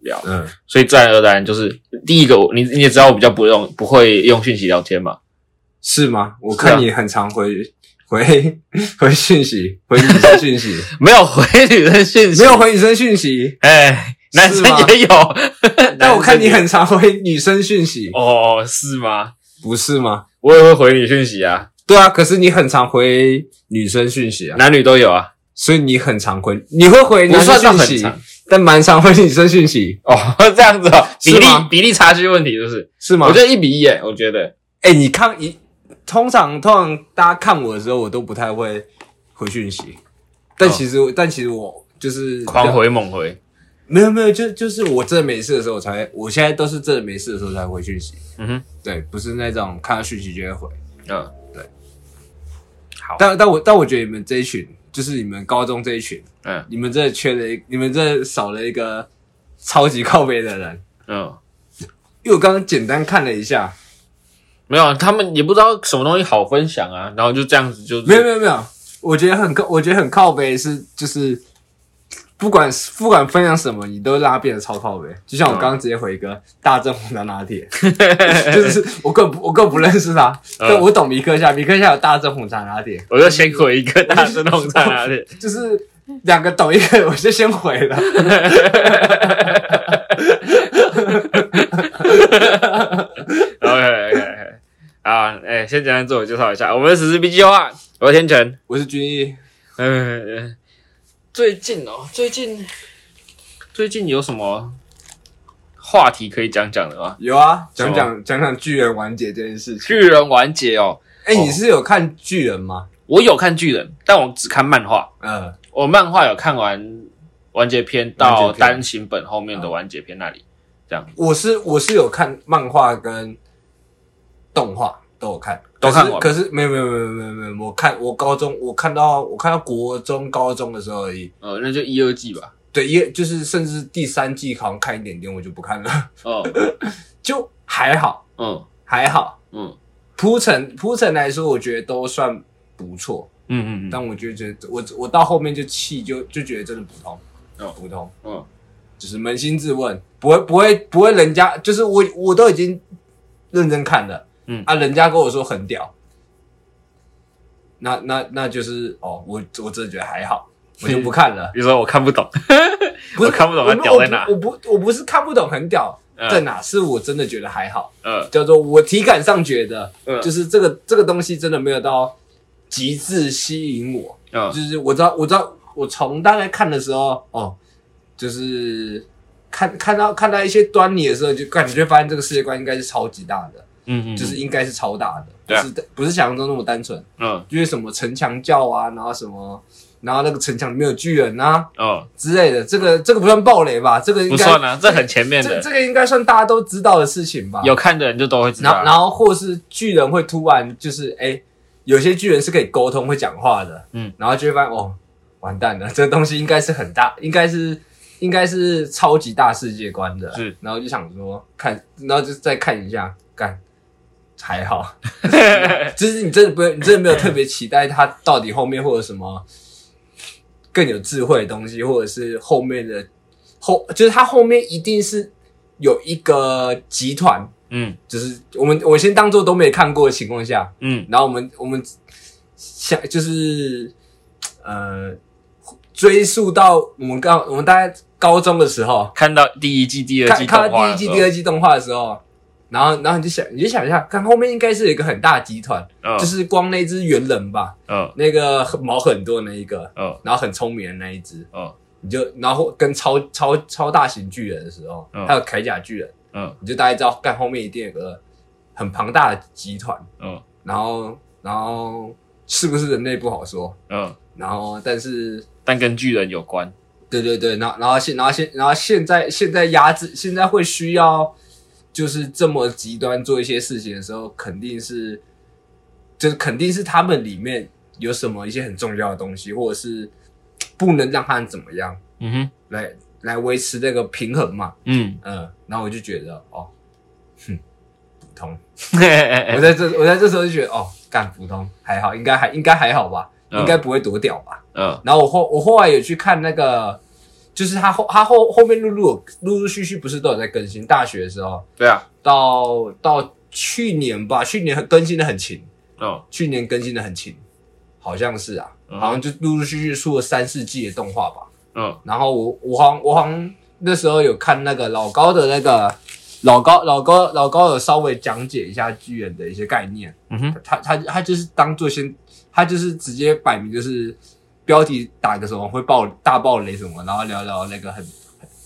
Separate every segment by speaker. Speaker 1: 聊，
Speaker 2: 嗯，
Speaker 1: 所以自然而然就是第一个，我你你也知道我比较不用不会用讯息聊天嘛，
Speaker 2: 是吗？我
Speaker 1: 是啊
Speaker 2: 看你很常回 回回讯息，回女生 讯息，
Speaker 1: 没有回女生讯息，
Speaker 2: 没有，回女生讯息，
Speaker 1: 哎，男生
Speaker 2: 是吗
Speaker 1: 也有，
Speaker 2: 但我看
Speaker 1: 男生
Speaker 2: 你
Speaker 1: 也
Speaker 2: 很常回女生讯息，
Speaker 1: 哦，是吗？
Speaker 2: 不是吗？
Speaker 1: 我也会回你讯息啊，
Speaker 2: 对啊，可是你很常回女生讯息啊，
Speaker 1: 男女都有啊，
Speaker 2: 所以你很常回，你会回
Speaker 1: 不
Speaker 2: 男
Speaker 1: 算到
Speaker 2: 生
Speaker 1: 很
Speaker 2: 讯息
Speaker 1: 长，
Speaker 2: 但蛮常回女生讯息，
Speaker 1: 哦，这样子哦，比
Speaker 2: 啊是
Speaker 1: 例
Speaker 2: 吗
Speaker 1: 比例差距问题就是，
Speaker 2: 是吗？
Speaker 1: 我觉得一比一，哎，我觉得
Speaker 2: 哎、你看一，通常通常大家看我的时候，我都不太会回讯息，但
Speaker 1: 哦
Speaker 2: 其实、但其实我就是
Speaker 1: 狂，回猛回，
Speaker 2: 没有没有，就就是我真的没事的时候我才，我现在都是真的没事的时候才回讯息，
Speaker 1: 嗯哼，
Speaker 2: 对，不是那种看到讯息就会回。
Speaker 1: 嗯，
Speaker 2: 对，
Speaker 1: 好，
Speaker 2: 但但我但我觉得你们这一群，就是你们高中这一群，
Speaker 1: 嗯
Speaker 2: 你们这缺了一，你们这少了一个超级靠背的人，
Speaker 1: 嗯。
Speaker 2: 因为我刚刚简单看了一下，
Speaker 1: 没有，啊他们也不知道什么东西好分享啊，然后就这样子就是
Speaker 2: 没有没有没有，我觉得很靠，我觉得很靠背是就是，不管不管分享什么，你都让它变得超靠背。就像我刚刚直接回一个大正红的拿铁，就是我更不我更不认识他，
Speaker 1: 嗯
Speaker 2: 但我懂米克夏，米克夏有大正红茶拿铁，
Speaker 1: 我就先回一个大声弄在哪里？
Speaker 2: 就是两个懂一个，我就先回了。
Speaker 1: OK OK 啊，哎、先简单自我介绍一下，我们史诗 B 计划，我是天成。
Speaker 2: 我是君毅，
Speaker 1: 嗯、嗯 最近哦，最近最近有什么话题可以讲讲的吗？
Speaker 2: 有啊，讲
Speaker 1: 什
Speaker 2: 讲讲讲巨人完结这件事情。
Speaker 1: 巨人完结哦，
Speaker 2: 哎、
Speaker 1: 哦
Speaker 2: 你是有看巨人吗？
Speaker 1: 我有看巨人，但我只看漫画。
Speaker 2: 嗯，
Speaker 1: 我漫画有看完完结篇
Speaker 2: 完
Speaker 1: 到
Speaker 2: 结篇
Speaker 1: 单行本后面的完结篇那里，
Speaker 2: 我是我是有看漫画跟动画都有看，
Speaker 1: 都看完
Speaker 2: 可是可是没有没有没有没有没有，我看我高中我看到我看到国中高中的时候而已。
Speaker 1: 呃，那就一二季吧。
Speaker 2: 对，也就是甚至第三季好像看一点点我就不看了，
Speaker 1: 哦，
Speaker 2: 就还好
Speaker 1: 嗯
Speaker 2: 还好，
Speaker 1: 嗯
Speaker 2: 铺陈铺陈来说，我觉得都算不错。
Speaker 1: 嗯嗯嗯，
Speaker 2: 但我就觉得我我到后面就气就就觉得真的普通，
Speaker 1: 哦
Speaker 2: 普通，
Speaker 1: 嗯，
Speaker 2: 就是扪心自问，不会不会不会，人家就是我我都已经认真看了，
Speaker 1: 嗯。
Speaker 2: 啊，人家跟我说很屌，那那那就是哦，我我真的觉得还好，我就不看了
Speaker 1: 你说我看不懂，
Speaker 2: 不
Speaker 1: 我
Speaker 2: 是
Speaker 1: 看不懂它
Speaker 2: 我
Speaker 1: 屌在哪
Speaker 2: 我不我不我不是看不懂很屌
Speaker 1: 嗯
Speaker 2: 在哪，是我真的觉得还好，
Speaker 1: 呃
Speaker 2: 叫做我体感上觉得，
Speaker 1: 嗯
Speaker 2: 就是这个这个东西真的没有到极致吸引我，
Speaker 1: 嗯
Speaker 2: 就是我知道，我知道，我从大概看的时候，哦，就是看看到看到一些端倪的时候，就感觉发现这个世界观应该是超级大的，
Speaker 1: 嗯嗯，
Speaker 2: 就是应该是超大的，
Speaker 1: 对啊
Speaker 2: 不是不是想象中那么单纯，
Speaker 1: 嗯
Speaker 2: 就是什么城墙教啊，然后什么，然后那个城墙里面有巨人啊
Speaker 1: 嗯
Speaker 2: 之类的，这个这个不算暴雷吧？这个应
Speaker 1: 不
Speaker 2: 该
Speaker 1: 算啊，这很前面
Speaker 2: 这
Speaker 1: 的
Speaker 2: 这，个应该算大家都知道的事情吧？
Speaker 1: 有看的人就都会知
Speaker 2: 然后，然
Speaker 1: 道。
Speaker 2: 后或是巨人会突然就是，哎、有些巨人是可以沟通、会讲话的，
Speaker 1: 嗯，
Speaker 2: 然后就会发现，哦，完蛋了，这东西应该是很大，应该是应该是超级大世界观的，
Speaker 1: 是，
Speaker 2: 然后就想说看，然后就再看一下，干还好，就是你真的不，你真的没有特别期待它到底后面会有什么更有智慧的东西，或者是后面的后，就是它后面一定是有一个集团。
Speaker 1: 嗯
Speaker 2: 就是我们我先当做都没看过的情况下，
Speaker 1: 嗯
Speaker 2: 然后我们我们想就是呃追溯到我们刚我们大概高中的时候，
Speaker 1: 看到第一季、第二
Speaker 2: 看
Speaker 1: 季
Speaker 2: 看
Speaker 1: 动画
Speaker 2: 到第一
Speaker 1: 的时
Speaker 2: 季、
Speaker 1: 候，
Speaker 2: 第二季动画的时候，然后然后你就想你就想一下，看后面应该是有一个很大的集团，
Speaker 1: 嗯
Speaker 2: 就是光那只猿人吧，
Speaker 1: 嗯
Speaker 2: 那个很毛很多的那一个，
Speaker 1: 嗯
Speaker 2: 然后很聪明的那一只，
Speaker 1: 嗯
Speaker 2: 你就然后跟超超超大型巨人的时候，
Speaker 1: 嗯
Speaker 2: 还有铠甲巨人，
Speaker 1: 嗯
Speaker 2: 你就大概知道，干后面一定有个很庞大的集团。
Speaker 1: 嗯
Speaker 2: 然后然后是不是人类不好说，
Speaker 1: 嗯，
Speaker 2: 然后但是
Speaker 1: 但跟巨人有关。
Speaker 2: 对对对，然后然后现然后现然后现在现在压制现在会需要就是这么极端做一些事情的时候，肯定是就是肯定是他们里面有什么一些很重要的东西，或者是不能让他们怎么样
Speaker 1: 嗯哼，
Speaker 2: 来来维持这个平衡嘛，
Speaker 1: 嗯，
Speaker 2: 嗯，然后我就觉得哦，哼，普通。我
Speaker 1: 嗯
Speaker 2: 在这，我在这时候就觉得，哦，干普通还好，应该还应该还好吧，
Speaker 1: 嗯
Speaker 2: 应该不会多屌吧。
Speaker 1: 嗯
Speaker 2: 然后我后我后来有去看那个就是他后他后后面陆陆陆陆续续不是都有在更新？大学的时候
Speaker 1: 对啊，
Speaker 2: 到到去年吧，去年更新的很勤，
Speaker 1: 哦，
Speaker 2: 去年更新的很勤，好像是啊，
Speaker 1: 嗯
Speaker 2: 好像就陆陆续续出了三四季的动画吧。
Speaker 1: 嗯，
Speaker 2: 然后我我好像我好像那时候有看那个老高的那个老高老高老高有稍微讲解一下巨人的一些概念，
Speaker 1: 嗯哼，
Speaker 2: 他他他就是当做先，他就是直接摆明就是标题打个什么会爆大爆雷什么，然后聊聊那个很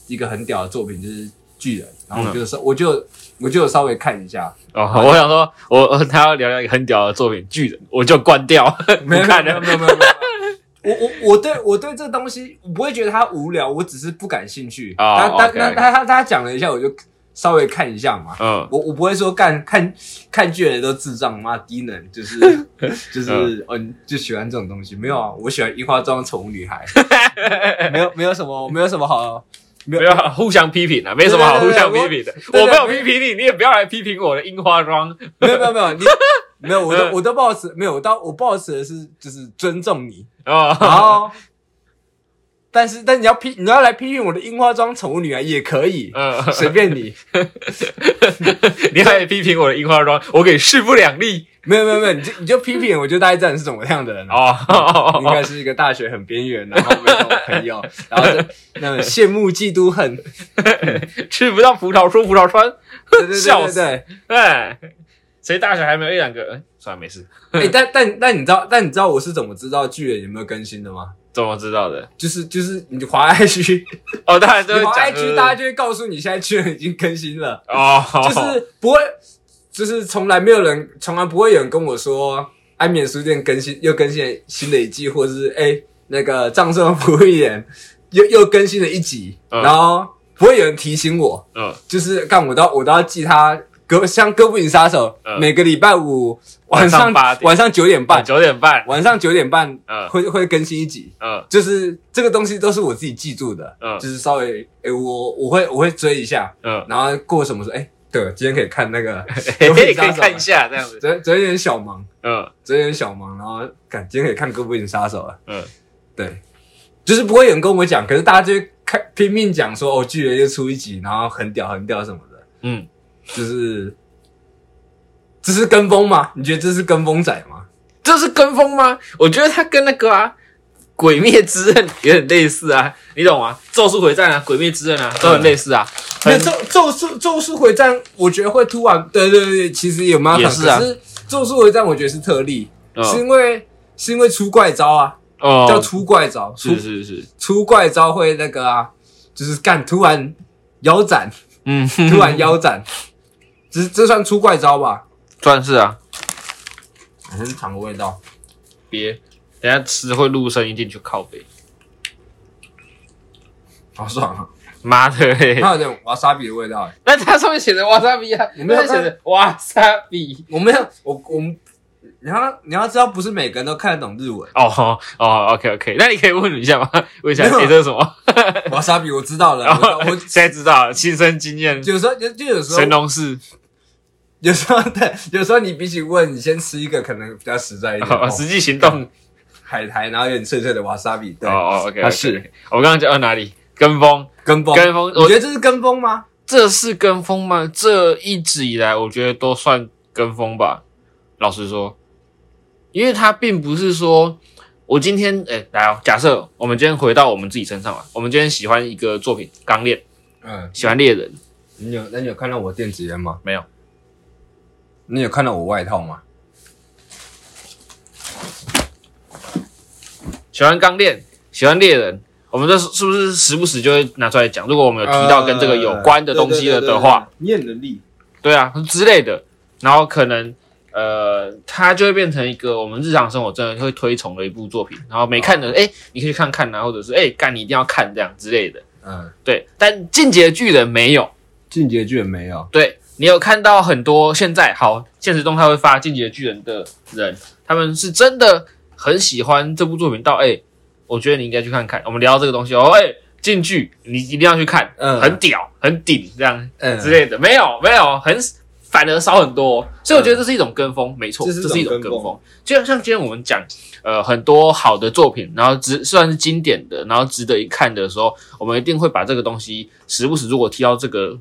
Speaker 2: 一个很屌的作品就是巨人，然后
Speaker 1: 嗯
Speaker 2: 我就是、我就我就有稍微看 一下，
Speaker 1: 哦，我想说，我我他要聊聊一个很屌的作品《巨人》，我就关 掉，呃不
Speaker 2: 没有
Speaker 1: 看
Speaker 2: 没
Speaker 1: 了
Speaker 2: 有。没有没有。没有没有我我我对我对这东西，我不会觉得它无聊，我只是不感兴趣。
Speaker 1: 哦
Speaker 2: 他他
Speaker 1: OK，OK
Speaker 2: 他他他他讲了一下，我就稍微看一下嘛。
Speaker 1: 嗯，
Speaker 2: 我我不会说干看看巨人都智障妈低能，就是就是嗯、就喜欢这种东西。没有啊，我喜欢樱花庄宠物女孩，没有没有什么没有什么好
Speaker 1: 没有互相批评的，啊没什么好
Speaker 2: 对
Speaker 1: 互
Speaker 2: 对对
Speaker 1: 相批评的。
Speaker 2: 对对
Speaker 1: 我没有批评你，你也不要来批评我的樱花妆。
Speaker 2: 没有没有没有你没有我都我都抱持没有我到我抱持的是就是尊重你，然
Speaker 1: 哦，
Speaker 2: 后但是但你要批你要来批评我的樱花庄宠物女孩也可以，
Speaker 1: 嗯，
Speaker 2: 随便你。
Speaker 1: 你还批评我的樱花妆，我给势不两立。
Speaker 2: 没有没有没有，你就你就批评我就大概知道你是怎么样的人啊。
Speaker 1: 哦，
Speaker 2: 应该是一个大学很边缘，然后没有 朋友，然后就那种羡慕嫉妒恨，
Speaker 1: 吃不到葡萄说葡萄酸。
Speaker 2: 对对对
Speaker 1: 笑
Speaker 2: 对
Speaker 1: 死
Speaker 2: 对。
Speaker 1: 哎，谁大学还没有一两个？哎算了，没事。
Speaker 2: 哎、但但但你知道，但你知道我是怎么知道巨人有没有更新的吗？
Speaker 1: 怎么知道的？
Speaker 2: 就是就是你滑 IG，
Speaker 1: 哦，大家
Speaker 2: 你
Speaker 1: 都会
Speaker 2: 滑
Speaker 1: 讲
Speaker 2: IG，大家就会告诉你现在巨人已经更新了，
Speaker 1: 哦，
Speaker 2: 就是不会，就是从来没有人，从来不会有人跟我说安眠书店更新又更新了新的一季，或者是哎、那个葬送的福利人又又更新了一集，
Speaker 1: 嗯
Speaker 2: 然后不会有人提醒我。
Speaker 1: 嗯，
Speaker 2: 就是干我都要我都要记他哥，像《哥布林杀手》
Speaker 1: 嗯
Speaker 2: 每个礼拜五晚
Speaker 1: 晚上
Speaker 2: 上
Speaker 1: 八点
Speaker 2: 晚上九点半，
Speaker 1: 九点半，
Speaker 2: 晚上九点半
Speaker 1: 嗯
Speaker 2: 会会更新一集。
Speaker 1: 嗯
Speaker 2: 就是这个东西都是我自己记住的，
Speaker 1: 嗯
Speaker 2: 就是稍微诶、我我会我会追一下，
Speaker 1: 嗯，
Speaker 2: 然后过什么时候诶、对，今天可以看那个，
Speaker 1: 嘿
Speaker 2: 有
Speaker 1: 嘿
Speaker 2: 印
Speaker 1: 可以
Speaker 2: 象
Speaker 1: 看一下这样子。
Speaker 2: 昨天昨天有点小忙，
Speaker 1: 嗯
Speaker 2: 昨天有点小忙，然后看今天可以看《哥布林杀手》了，
Speaker 1: 嗯，
Speaker 2: 对，就是不会有人跟我讲，可是大家就会看拼命讲说哦，巨人又出一集，然后很屌很屌什么的，
Speaker 1: 嗯，
Speaker 2: 就是这是跟风吗？你觉得这是跟风仔吗？
Speaker 1: 这是跟风吗？我觉得他跟那个啊。鬼灭之刃有点类似啊，你懂吗？咒术回战啊，鬼灭之刃啊，都很类似啊。
Speaker 2: 那
Speaker 1: 很
Speaker 2: 咒咒术咒术回战，我觉得会突然，对对对，其实有没有
Speaker 1: 也是啊
Speaker 2: 可是咒术回战，我觉得是特例，是
Speaker 1: 嗯
Speaker 2: 因为是因为出怪招啊，叫
Speaker 1: 哦，
Speaker 2: 出怪招，出
Speaker 1: 是是是，
Speaker 2: 出怪招会那个啊，就是干突然 腰斩，
Speaker 1: 嗯，
Speaker 2: 突然腰斩，这这算出怪招吧？
Speaker 1: 算是啊。
Speaker 2: 很长的味道，
Speaker 1: 别，等下吃会录声音进去靠背。
Speaker 2: 好爽啊！
Speaker 1: 妈 的嘞！
Speaker 2: 它有点瓦萨比的味道、欸。
Speaker 1: 那它上面写着瓦萨比啊，
Speaker 2: 你没有
Speaker 1: 它上面写着瓦萨比。
Speaker 2: 我没有，我我们你要你要知道，不是每个人都看得懂日文。
Speaker 1: 哦哦哦，OK OK，那你可以问一下吗？问一下，
Speaker 2: 没有
Speaker 1: 诶，这是什么？
Speaker 2: 瓦萨比我知道了，
Speaker 1: 然后
Speaker 2: 我我
Speaker 1: 现在知道了，亲身经验，
Speaker 2: 有时候就就有时
Speaker 1: 神
Speaker 2: 候
Speaker 1: 农氏，
Speaker 2: 有时候对，有时候你比起问，你先吃一个可能比较实在一点。
Speaker 1: 哦
Speaker 2: 哦
Speaker 1: 实际行动。
Speaker 2: 海苔，然后有点脆脆的瓦萨比，对
Speaker 1: 哦，哦，OK，
Speaker 2: 它是
Speaker 1: 我刚刚讲到哪里？跟风，
Speaker 2: 跟风。
Speaker 1: 跟风，
Speaker 2: 你
Speaker 1: 我
Speaker 2: 觉得这是跟风吗？
Speaker 1: 这是跟风吗？这一直以来，我觉得都算跟风吧。老实说，因为它并不是说我今天哎、来哦，假设我们今天回到我们自己身上吧，我们今天喜欢一个作品《钢炼》，
Speaker 2: 嗯，
Speaker 1: 喜欢猎人，
Speaker 2: 你有那你有看到我电子烟吗？
Speaker 1: 没有，
Speaker 2: 你有看到我外套吗？
Speaker 1: 喜欢钢炼，喜欢猎人。我们这是是不是时不时就会拿出来讲？如果我们有提到跟这个有关的东西了的话，
Speaker 2: 呃，对对对对对你很能力。
Speaker 1: 对啊之类的，然后可能呃，它就会变成一个我们日常生活真的会推崇的一部作品，然后没看的哎、诶你可以去看看啊，或者是哎、诶干你一定要看这样之类的，
Speaker 2: 嗯，
Speaker 1: 对。但《进阶巨人》没有，
Speaker 2: 进阶巨人没有。
Speaker 1: 对你有看到很多现在好现实中他会发《进阶巨人》的人，他们是真的很喜欢这部作品到哎、诶我觉得你应该去看看。我们聊到这个东西哦，哎、进剧你一定要去看，
Speaker 2: 嗯
Speaker 1: 很屌，很顶这样
Speaker 2: 嗯
Speaker 1: 之类的，没有没有，很反而少很多哦、所以我觉得这是一种跟风，没错，
Speaker 2: 嗯这
Speaker 1: 这
Speaker 2: 是一
Speaker 1: 是一
Speaker 2: 种
Speaker 1: 种跟
Speaker 2: 跟风
Speaker 1: 风。就像今天我们讲，呃，很多好的作品，然后值算是经典的，然后值得一看的时候，我们一定会把这个东西时不时如果提到这个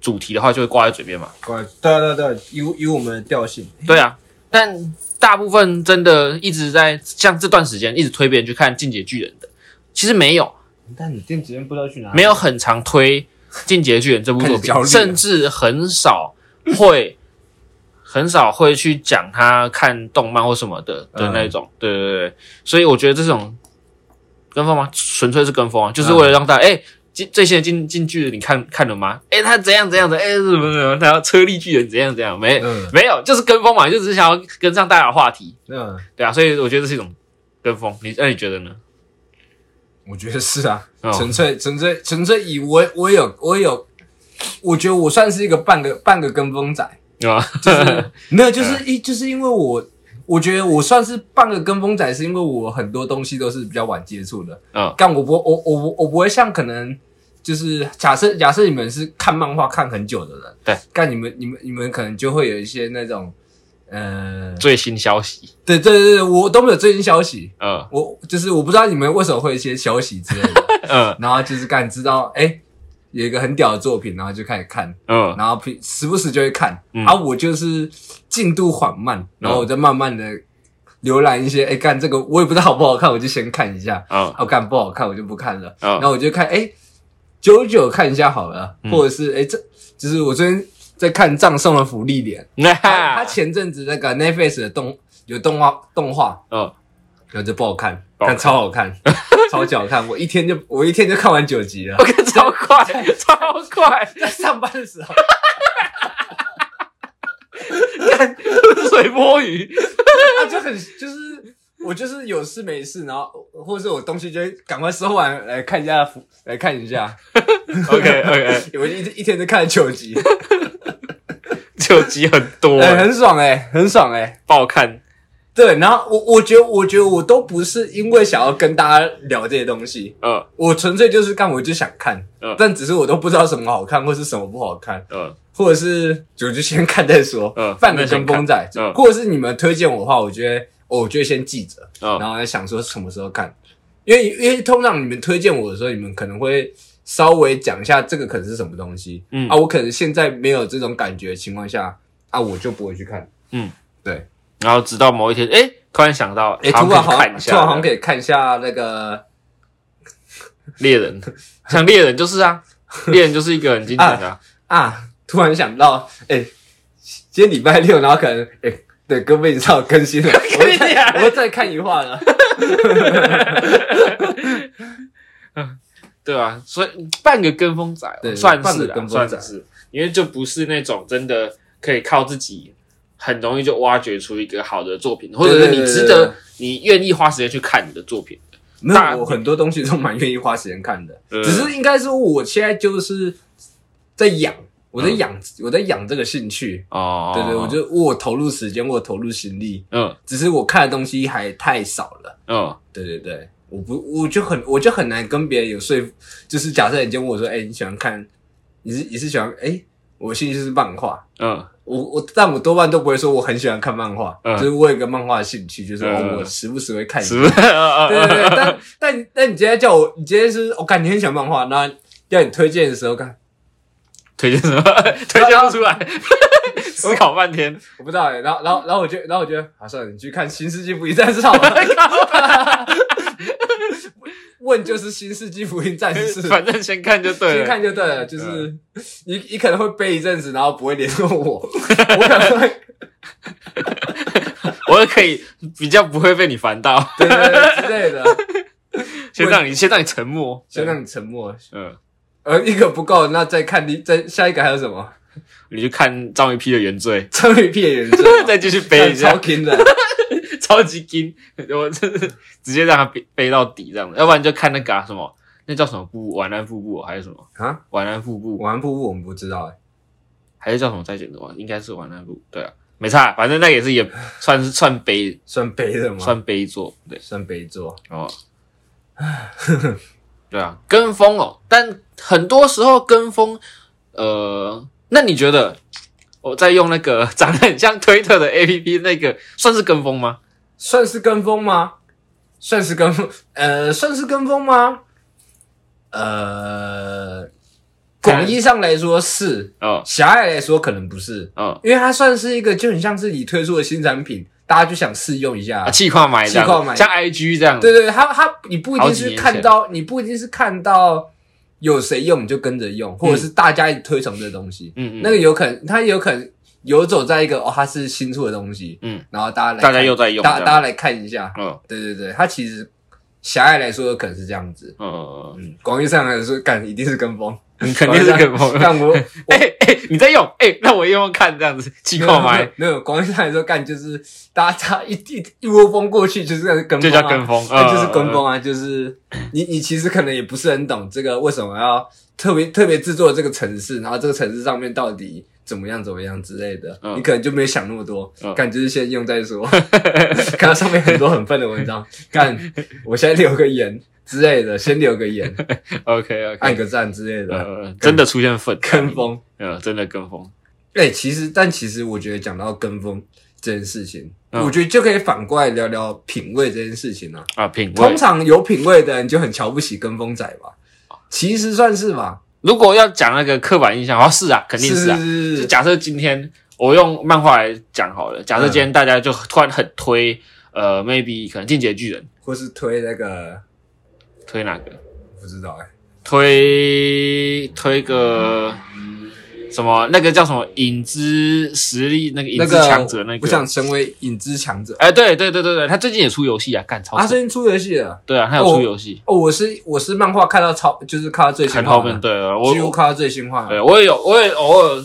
Speaker 1: 主题的话，就会挂在嘴边嘛。
Speaker 2: 乖，对啊对啊对啊，以以我们的调性，
Speaker 1: 对啊，但大部分真的一直在像这段时间一直推别人去看《进阶巨人》的，其实没有，
Speaker 2: 但你电子烟不知道去哪里，
Speaker 1: 没有很常推《进阶巨人》这部作
Speaker 2: 开始焦
Speaker 1: 品，
Speaker 2: 虑了
Speaker 1: 甚至很少会很少会去讲他看动漫或什么的的那
Speaker 2: 嗯
Speaker 1: 种。对对对，所以我觉得这种跟风吗？纯粹是跟风啊，就是
Speaker 2: 嗯
Speaker 1: 为了让大家哎。进最新的进进巨人你看看了吗？哎、他怎样怎样的？哎、怎么怎么？他要车力巨人怎样怎样？没、
Speaker 2: 嗯
Speaker 1: 没有，就是跟风嘛，就只是想要跟上大家的话题，
Speaker 2: 嗯，
Speaker 1: 对啊，所以我觉得这是一种跟风。你那你觉得呢？
Speaker 2: 我觉得是啊，
Speaker 1: 嗯
Speaker 2: 纯粹纯粹纯粹以我我有我有，我觉得我算是一个半个半个跟风仔，
Speaker 1: 啊，
Speaker 2: 就是没
Speaker 1: 嗯
Speaker 2: 有，就是一就是因为我。我觉得我算是半个跟风仔，是因为我很多东西都是比较晚接触的。
Speaker 1: 嗯
Speaker 2: 但我不，我我我我不会像可能就是假设假设你们是看漫画看很久的人，
Speaker 1: 对，
Speaker 2: 但你们你们你们可能就会有一些那种，呃，
Speaker 1: 最新消息，
Speaker 2: 对对对对，我都没有最新消息，
Speaker 1: 嗯
Speaker 2: 我就是我不知道你们为什么会有一些消息之类的，
Speaker 1: 嗯
Speaker 2: 然后就是干知道哎、诶有一个很屌的作品，然后就开始看，
Speaker 1: 嗯，
Speaker 2: 然后平时不时就会看，
Speaker 1: 嗯
Speaker 2: 啊，我就是进度缓慢，然后我就慢慢的浏览一些，哎、干这个我也不知道好不好看，我就先看一下，
Speaker 1: 嗯
Speaker 2: 啊，干不好看我就不看了，
Speaker 1: 嗯
Speaker 2: 然后我就看哎、诶九九看一下好了，
Speaker 1: 嗯
Speaker 2: 或者是哎、诶这就是我昨天在看葬送的福利脸，
Speaker 1: 那
Speaker 2: 他他前阵子那个 Netflix 的动有动画动画，
Speaker 1: 嗯，
Speaker 2: 然后就不好看，
Speaker 1: 不好
Speaker 2: 但
Speaker 1: 看
Speaker 2: 超好看，超级好看。我一天就我一天就看完九集了
Speaker 1: 我，看超快，超快，
Speaker 2: 在上班的时候，
Speaker 1: 水波鱼，
Speaker 2: 他就很就是我就是有事没事，然后或者是我东西就会赶快收完来看一下，来看一下。
Speaker 1: OK OK，
Speaker 2: 我一一天就看了九集，
Speaker 1: 九集很多，
Speaker 2: 哎、很爽哎、很爽哎、
Speaker 1: 不好看，
Speaker 2: 对，然后我我觉得我觉得我都不是因为想要跟大家聊这些东西，
Speaker 1: 嗯
Speaker 2: 我纯粹就是干，我就想看，
Speaker 1: 嗯
Speaker 2: 但只是我都不知道什么好看，或是什么不好看，
Speaker 1: 嗯
Speaker 2: 或者是我就先看再说。
Speaker 1: 嗯
Speaker 2: 半个跟风仔，
Speaker 1: 先看嗯
Speaker 2: 或者是你们推荐我的话，我觉得、哦我就先记着，然
Speaker 1: 嗯，
Speaker 2: 后再想说什么时候看。因为因为通常你们推荐我的时候，你们可能会稍微讲一下这个可能是什么东西，
Speaker 1: 嗯
Speaker 2: 啊，我可能现在没有这种感觉的情况下，啊，我就不会去看。
Speaker 1: 然后直到某一天，哎，突然想到，
Speaker 2: 哎、
Speaker 1: 好
Speaker 2: 突然
Speaker 1: 可以
Speaker 2: 好
Speaker 1: 看一
Speaker 2: 像突然好像
Speaker 1: 下嗯
Speaker 2: 可以看一下那个
Speaker 1: 猎 人，像猎人就是啊，猎人就是一个很经典的啊，
Speaker 2: 啊，突然想到，哎、今天礼拜六，然后可能，哎、对，跟魏少更新 了，我
Speaker 1: 跟你
Speaker 2: 再
Speaker 1: 讲
Speaker 2: 我会再看一话了。
Speaker 1: 对啊，所以嗯半个跟风仔
Speaker 2: 对
Speaker 1: 算
Speaker 2: 半个
Speaker 1: 是啦啊
Speaker 2: 跟风
Speaker 1: 算
Speaker 2: 仔
Speaker 1: 是，因为就不是那种真的可以靠自己很容易就挖掘出一个好的作品，或者是
Speaker 2: 对对
Speaker 1: 你
Speaker 2: 对
Speaker 1: 值
Speaker 2: 对对
Speaker 1: 得你愿意花时间去看你的作品。
Speaker 2: 没
Speaker 1: 大
Speaker 2: 有，我很多东西都蛮愿意花时间看的，
Speaker 1: 嗯
Speaker 2: 只是应该说，我现在就是在养，我在养，我在养这个兴趣。
Speaker 1: 嗯哦
Speaker 2: 对对，我就我投入时间，我投入心力，
Speaker 1: 嗯
Speaker 2: 只是我看的东西还太少了。
Speaker 1: 嗯
Speaker 2: 对对对，我不，我就很，我就很难跟别人有说服。就是假设你今天问我说，哎、你喜欢看，你是你是喜欢，哎、我兴趣是漫画，
Speaker 1: 嗯
Speaker 2: 我我，但我多半都不会说我很喜欢看漫画，
Speaker 1: 嗯
Speaker 2: 就是我有一个漫画的兴趣，就是、
Speaker 1: 嗯
Speaker 2: 哦、我时不时会看一下。
Speaker 1: 是不是？对
Speaker 2: 对对对，但 但但你今天叫我，你今天是我感觉很喜欢漫画，那要你推荐的时候，看
Speaker 1: 推荐什么？推荐不出 来，思考半天。
Speaker 2: 我不知道哎、然后然后然后我就然后我觉得，好、算了，你去看《新世纪福音战士》好了。 问就是《新世纪福音战士》，
Speaker 1: 反正先看就 对
Speaker 2: 先
Speaker 1: 了。
Speaker 2: 看就对了，就是你你可能会背一阵子，然后不会联络我，我可能会
Speaker 1: 我可以比较不会被你烦 到，
Speaker 2: 对对对之类的，
Speaker 1: 先让你先让你沉默，
Speaker 2: 先让你沉默。
Speaker 1: 嗯，
Speaker 2: 呃，一个不够，那再看第再下一个还有什么？
Speaker 1: 你去看张一批的原罪，
Speaker 2: 张雨屁的原罪
Speaker 1: 再继续背一下
Speaker 2: 超。拼的。
Speaker 1: 超级金，我真是直接让他背背到底这样子，要不然就看那个、啊、什么，那叫什么瀑布，晚安瀑布、还是什么
Speaker 2: 啊？
Speaker 1: 晚安瀑布
Speaker 2: 晚安瀑布我们不知道哎、
Speaker 1: 还是叫什么再见的话，应该是晚安瀑布，对啊，没差，反正那也是也算是算 悲
Speaker 2: 算悲的吗？
Speaker 1: 算悲作，对
Speaker 2: 算悲作。
Speaker 1: 哦，对啊，跟风哦，但很多时候跟风，呃，那你觉得？我在用那个长得很像推特的 APP，那个算是跟风吗？
Speaker 2: 算是跟风吗？算是跟风，呃，算是跟风吗？呃，广义上来说是，
Speaker 1: 哦
Speaker 2: 狭隘来说可能不是，
Speaker 1: 哦
Speaker 2: 因为它算是一个就很像是你推出的新产品，大家就想试用一下。
Speaker 1: 啊，气矿买这样
Speaker 2: 气矿买
Speaker 1: 像 IG 这样，
Speaker 2: 对对对，它它你不一定
Speaker 1: 好几
Speaker 2: 是
Speaker 1: 年前
Speaker 2: 看到，你不一定是看到有谁用你就跟着用，或者是大家一起推崇这东西，
Speaker 1: 嗯嗯，
Speaker 2: 那个有可能它有可能游走在一个哦，它是新出的东西，
Speaker 1: 嗯，
Speaker 2: 然后大家来
Speaker 1: 大家
Speaker 2: 看
Speaker 1: 又在用
Speaker 2: 大
Speaker 1: 这样
Speaker 2: 大家来看一下，
Speaker 1: 嗯
Speaker 2: 对对对，它其实狭隘来说可能是这样子，
Speaker 1: 嗯嗯，
Speaker 2: 嗯，广义上来说，干一定是跟风，
Speaker 1: 嗯你肯定是跟 风。
Speaker 2: 但我
Speaker 1: 哎哎，你在用哎，那我也用用看这样子气矿买，
Speaker 2: 没有广义上来说，干就是大家大家一一一窝蜂过去，就是跟风、啊，
Speaker 1: 就叫跟风，呃
Speaker 2: 那就是跟
Speaker 1: 跟
Speaker 2: 风啊，就是你你其实可能也不是很懂这个为什么要特别特别制作这个城市，然后这个城市上面到底怎么样怎么样之类的，
Speaker 1: 嗯
Speaker 2: 你可能就没想那么多，
Speaker 1: 嗯
Speaker 2: 干就是先用再说。 看到上面很多很笨的文章，干我先留个言之类的，先留个言，
Speaker 1: OK
Speaker 2: 按
Speaker 1: OK，
Speaker 2: 个赞之类的，
Speaker 1: 呃，真的出现粉
Speaker 2: 哎啊跟，风。
Speaker 1: 呃，真的跟风，
Speaker 2: 哎、其实但其实我觉得讲到跟风这件事情，
Speaker 1: 嗯
Speaker 2: 我觉得就可以反过来聊聊品味这件事情啊。
Speaker 1: 啊，品味
Speaker 2: 通。常有品味的人就很瞧不起跟风仔吧？其实算是吧，
Speaker 1: 如果要讲那个刻板印象，哦，是啊，肯定
Speaker 2: 是
Speaker 1: 是啊。
Speaker 2: 是
Speaker 1: 就是假设今天我用漫画来讲好了，假设
Speaker 2: 嗯
Speaker 1: 今天大家就突然很推，呃，maybe 可能《进阶巨人
Speaker 2: 或是推那个》
Speaker 1: 推哪个？
Speaker 2: 不知道哎、
Speaker 1: 推推个什么？那个叫什么？影之实力那个影
Speaker 2: 那
Speaker 1: 之
Speaker 2: 个
Speaker 1: 强者那
Speaker 2: 我
Speaker 1: 个？
Speaker 2: 想成为影之强者
Speaker 1: 哎，对对对对对，他最近也出游戏啊，干超
Speaker 2: 啊！
Speaker 1: 爽。
Speaker 2: 最近出游戏了
Speaker 1: 对啊，他有
Speaker 2: 哦
Speaker 1: 出游戏，
Speaker 2: 哦，我是我是漫画看到超，就是看到最新
Speaker 1: 很
Speaker 2: 话
Speaker 1: 后面
Speaker 2: 了，
Speaker 1: 对啊，我
Speaker 2: 几乎看到最新话了。
Speaker 1: 对我也有，我也偶尔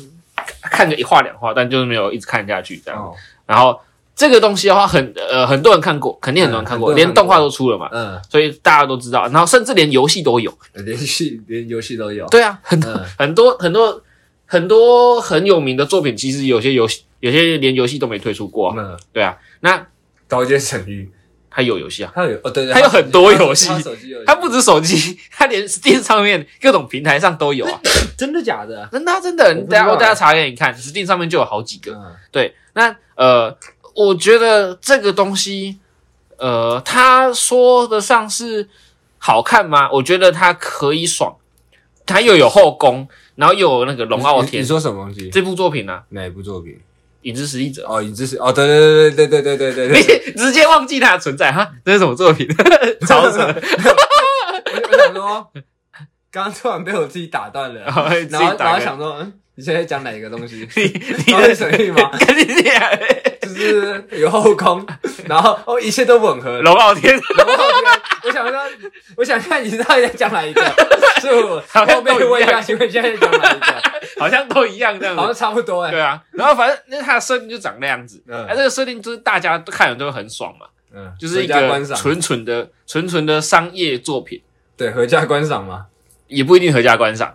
Speaker 1: 看个一话两话，但就是没有一直看下去这样。
Speaker 2: 哦，
Speaker 1: 然后这个东西的话很，呃很多人看过，肯定很多人看过，
Speaker 2: 嗯很多
Speaker 1: 连
Speaker 2: 人看过
Speaker 1: 动画都出了嘛，
Speaker 2: 嗯，
Speaker 1: 所以大家都知道。然后甚至连游戏都有，
Speaker 2: 连戏连游戏都有，
Speaker 1: 对啊，很多、
Speaker 2: 嗯
Speaker 1: 很多很多很多很有名的作品，其实有些游戏有些连游戏都没推出过啊、
Speaker 2: 嗯，
Speaker 1: 对啊，那
Speaker 2: 刀剑神域，
Speaker 1: 它有游戏啊，
Speaker 2: 它有哦对对，
Speaker 1: 它有很多游戏
Speaker 2: 它手机游戏，
Speaker 1: 它不止手机，它连 Steam 上面各种平台上都有啊，
Speaker 2: 真的假的？
Speaker 1: 真的啊、真的，
Speaker 2: 我
Speaker 1: 你
Speaker 2: 不知
Speaker 1: 等
Speaker 2: 道
Speaker 1: 下我等
Speaker 2: 欸
Speaker 1: 下查给你看，Steam 上面就有好几个。
Speaker 2: 嗯
Speaker 1: 对，那呃，我觉得这个东西，呃，它说得上是好看吗？我觉得它可以爽，它又有后宫，然后又有那个龙傲
Speaker 2: 你
Speaker 1: 天
Speaker 2: 你说什么东西？
Speaker 1: 这部作品呢、啊，《
Speaker 2: 哪一部作品？
Speaker 1: 影之实力者》。
Speaker 2: 哦，影之是哦，对对对对对对 对对
Speaker 1: 你
Speaker 2: 对，
Speaker 1: 直接忘记它的存在哈？这是什么作品？ 超扯！
Speaker 2: 我想说，刚刚突然被我自己打断了，
Speaker 1: 好自己
Speaker 2: 然后
Speaker 1: 打
Speaker 2: 然后
Speaker 1: 开
Speaker 2: 想说，嗯，你现在讲哪一个东西？
Speaker 1: 你 你
Speaker 2: 刀剑
Speaker 1: 的
Speaker 2: 神域吗？
Speaker 1: 肯定厉害，
Speaker 2: 就是有后宫，然后哦，一切都吻合。然
Speaker 1: 龙傲天
Speaker 2: 后我想说，我想看你到底在讲哪一个，所以我
Speaker 1: 好像
Speaker 2: 后面
Speaker 1: 都一
Speaker 2: 问一下，
Speaker 1: 样
Speaker 2: 请问你现在在讲哪一个？
Speaker 1: 好像都一样这样
Speaker 2: 好
Speaker 1: 子
Speaker 2: 像。差不多哎、
Speaker 1: 对啊，然后反正那它的设定就长那样子，
Speaker 2: 嗯
Speaker 1: 哎，这个设定就是大家都看了都会很爽嘛。
Speaker 2: 嗯，
Speaker 1: 就是一
Speaker 2: 合家观
Speaker 1: 个
Speaker 2: 赏，
Speaker 1: 纯纯的、纯纯的商业作品，
Speaker 2: 对，合家观赏嘛。
Speaker 1: 也不一定合家观赏，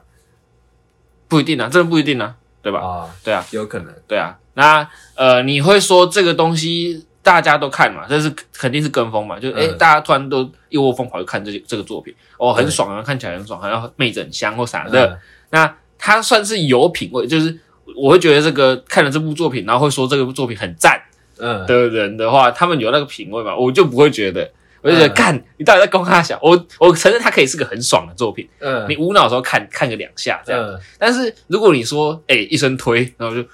Speaker 1: 不一定啊，真的不一定啊，对
Speaker 2: 啊、
Speaker 1: 吧？对啊，
Speaker 2: 有可能。
Speaker 1: 对啊。那呃，你会说这个东西大家都看嘛，这是肯定是跟风嘛，就
Speaker 2: 嗯
Speaker 1: 诶、大家突然都一窝蜂跑去看这这个作品，哦，很爽啊，看起来很爽，好像妹子很香或啥的。
Speaker 2: 嗯
Speaker 1: 那它算是有品味，就是我会觉得这个看了这部作品，然后会说这个作品很赞，
Speaker 2: 嗯，
Speaker 1: 的人的话，他们有那个品味嘛，我就不会觉得，我就觉得
Speaker 2: 嗯
Speaker 1: 干、你到底在攻他小？我我承认它可以是个很爽的作品，
Speaker 2: 嗯，
Speaker 1: 你无脑的时候看看个两下这样。
Speaker 2: 嗯
Speaker 1: 但是如果你说，哎、一声推，然后就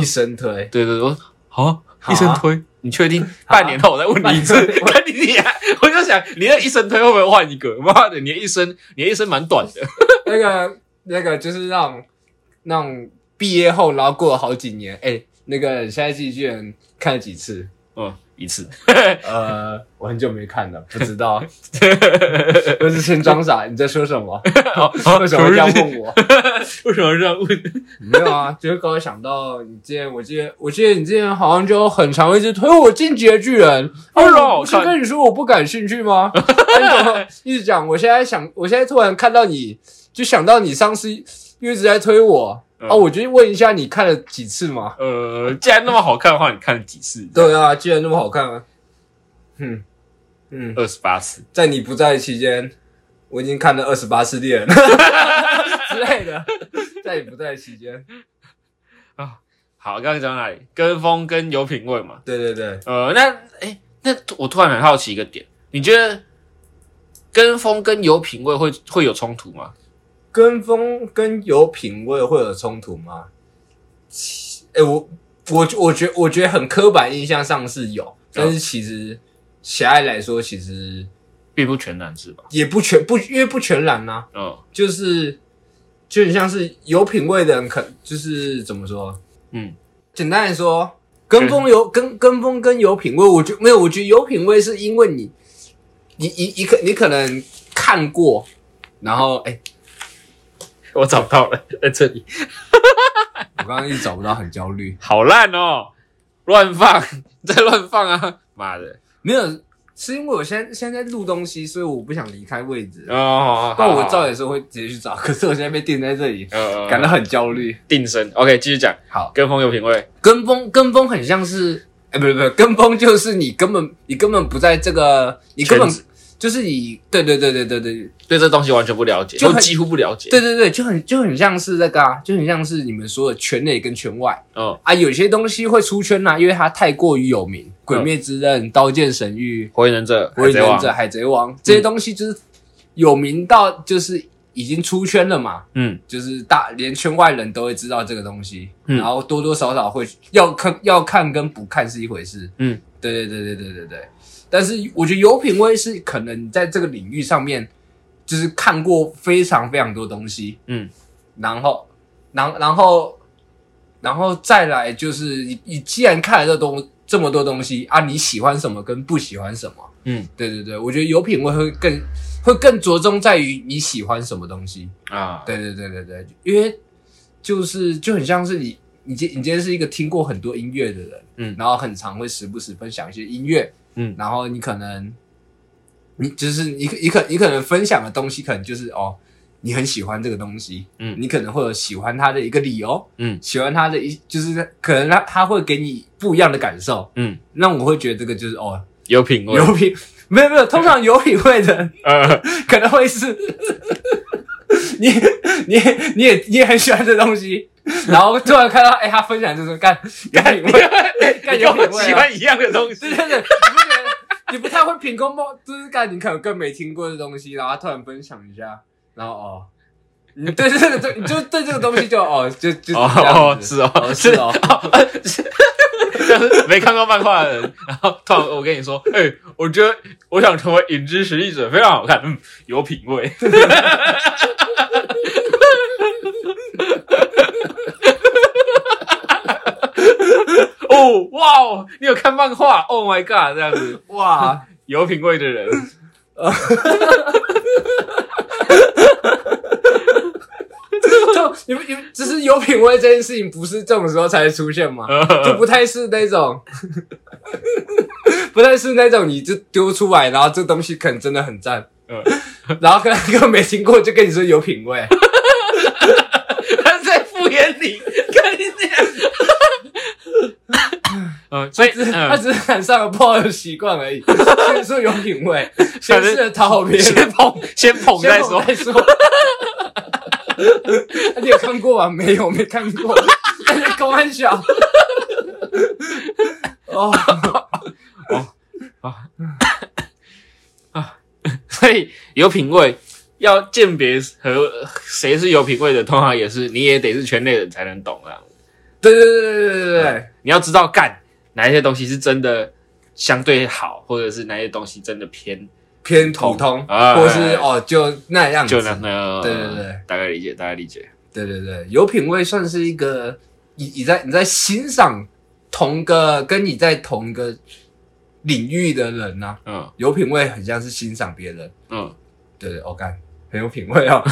Speaker 2: 一生推，
Speaker 1: 对对对，我说好、
Speaker 2: 好啊
Speaker 1: 一声推，你确定？半年后我再问你一次，
Speaker 2: 半年后
Speaker 1: 看你你、啊，我就想你的一声推会不会换一个？妈的，你的一声，你的一声蛮短的。
Speaker 2: 那个那个就是那种那种毕业后，然后过了好几年，哎、那个《现在寄居人》看了几次？
Speaker 1: 嗯，一 次。
Speaker 2: 呃， 我很久没看了，不知道。 我是先装傻，你在说什么？为什么这样问我？
Speaker 1: 为什么这样问？
Speaker 2: 没有啊，就是刚刚想到你之前，我记得我记得你之前好像就很常会一直推我进击的巨人，
Speaker 1: 哎呦
Speaker 2: 哦我不是跟你说我不感兴趣吗？哎你怎么一直讲，我现在想，我现在突然看到你就想到你上次又一直在推我、
Speaker 1: 嗯
Speaker 2: 啊，我就问一下你看了几次嘛？
Speaker 1: 呃，既然那么好看的话，你看了几次？
Speaker 2: 对啊，既然那么好看啊，嗯嗯，
Speaker 1: 二十八次。
Speaker 2: 在你不在的期间，我已经看了二十八次 猎人之类的，在你不在的期间，
Speaker 1: 好，刚刚讲到哪里？跟风跟有品味嘛。
Speaker 2: 对对对，
Speaker 1: 呃，那哎、那我突然很好奇一个点，你觉得跟风跟有品味会会有冲突吗？
Speaker 2: 跟风跟有品味会有冲突吗？其哎、我我我觉我觉得很刻板印象上是有，但是其实狭隘来说，其实
Speaker 1: 并不全然是吧？
Speaker 2: 也不全不因为不全然呐、
Speaker 1: 嗯
Speaker 2: 就是就很像是有品味的人可，就是怎么说？
Speaker 1: 嗯，
Speaker 2: 简单来说，跟风有跟跟风跟有品味，我觉没有，我觉得有品味是因为你你你你可你可能看过，然后哎、
Speaker 1: 我找不到了， 在这里，
Speaker 2: 我刚刚一直找不到，很焦虑。
Speaker 1: 好烂哦，乱放，在乱放啊！妈的，
Speaker 2: 没有，是因为我现在现在在录东西，所以我不想离开位置。
Speaker 1: 哦，
Speaker 2: 不然我照
Speaker 1: 照
Speaker 2: 理说会直接去找，可是我现在被定在这里，
Speaker 1: 呃
Speaker 2: 感到很焦虑。
Speaker 1: 定身。OK，继续讲，
Speaker 2: 好，
Speaker 1: 跟风有品味，
Speaker 2: 跟风跟风很像是，哎、不不不，跟风就是你根本你根本不在这个，你根本
Speaker 1: 圈
Speaker 2: 就是你，对对对对对对
Speaker 1: 对这东西完全不了解，
Speaker 2: 就
Speaker 1: 就
Speaker 2: 很
Speaker 1: 几乎不了解。
Speaker 2: 对，对对，就很就很像是那个啊，就很像是你们说的圈内跟圈外
Speaker 1: 嗯，
Speaker 2: 啊，有些东西会出圈啊呐、因为它太过于有名，《鬼灭之刃》刀剑神域》
Speaker 1: 火影忍者、
Speaker 2: 《火
Speaker 1: 海
Speaker 2: 影
Speaker 1: 贼
Speaker 2: 忍
Speaker 1: 王
Speaker 2: 者》《海贼王》这些东西，就是有名到就是已经出圈了嘛。
Speaker 1: 嗯，
Speaker 2: 就是大连圈外人都会知道这个东西，
Speaker 1: 嗯
Speaker 2: 然后多多少少会要看要看跟不看是一回事，
Speaker 1: 嗯，
Speaker 2: 对对对对对对对。但是我觉得有品味是可能你在这个领域上面就是看过非常非常多东西，
Speaker 1: 嗯，
Speaker 2: 然后然后然后然后再来就是你你既然看了这东这么多东西啊，你喜欢什么跟不喜欢什么，
Speaker 1: 嗯
Speaker 2: 对对对，我觉得有品味会更会更着重在于你喜欢什么东西，
Speaker 1: 啊，
Speaker 2: 对对对对对，因为就是就很像是你，你今你今天是一个听过很多音乐的人，
Speaker 1: 嗯
Speaker 2: 然后很常会时不时分享一些音乐，
Speaker 1: 嗯
Speaker 2: 然后你可能你就是你可你可你可能分享的东西，可能就是哦，你很喜欢这个东西，
Speaker 1: 嗯
Speaker 2: 你可能会有喜欢它的一个理由，
Speaker 1: 嗯
Speaker 2: 喜欢它的一就是可能它它会给你不一样的感受，
Speaker 1: 嗯，
Speaker 2: 那我会觉得这个就是哦，
Speaker 1: 有品味，
Speaker 2: 有品。没有没有，通常有品味的 人
Speaker 1: 呃，
Speaker 2: 可能会是 你你你也你也很喜欢这东西，然后突然看到哎、他分享就是干干有品味，干
Speaker 1: 你
Speaker 2: 有
Speaker 1: 跟
Speaker 2: 品
Speaker 1: 我
Speaker 2: 味、啊，
Speaker 1: 喜欢一样的 东
Speaker 2: 对
Speaker 1: 西
Speaker 2: 对，对，你不觉得你不太会品公报，就是干你可能更没听过的东西，然后他突然分享一下，然后哦。你对这个，对你就对这个东西就哦，就就
Speaker 1: 哦
Speaker 2: 这样
Speaker 1: 哦，
Speaker 2: 子
Speaker 1: 是哦，
Speaker 2: 哦是哦，
Speaker 1: 就是 没看过漫画的人，然后突然我跟你说，哎、我觉得我想成为影之实力者，非常好看，嗯，有品味。 哦，哇哦，你有看漫画？Oh my god，这样子
Speaker 2: 哇，
Speaker 1: 有品味的 人，
Speaker 2: 就你们你们只是有品味这件事情，不是这种时候才会出现吗？
Speaker 1: 呃
Speaker 2: 就不太是那种，不太是那种你就丢出来，然后这东西可能真的很赞，
Speaker 1: 嗯
Speaker 2: 然后可能根本没听过，就跟你说有品味，
Speaker 1: 他在敷衍你，看你这样。嗯， 所以
Speaker 2: 只是
Speaker 1: 嗯
Speaker 2: 他只是染上了不好的习惯而已，所以说有品味，先试着讨好别人，
Speaker 1: 先捧先捧再说
Speaker 2: 先，再说。你有看过吗？没有，没看过。公安小。哦，
Speaker 1: 所以有品味要鉴别和谁是有品味的，通常也是你也得是圈内人才能懂啊。
Speaker 2: 对对对对对对对。
Speaker 1: 你要知道干哪一些东西是真的相对好，或者是哪些东西真的偏，
Speaker 2: 偏普通，
Speaker 1: 哎
Speaker 2: 或是哦就那样子，
Speaker 1: 就那那
Speaker 2: 对对对，
Speaker 1: 大概理解，大概理解。
Speaker 2: 对对对，有品味算是一个你你在你在欣赏同个跟你在同个领域的人呐、啊
Speaker 1: 嗯
Speaker 2: 有品味很像是欣赏别人，
Speaker 1: 嗯，
Speaker 2: 对对，我、干很有品味哦，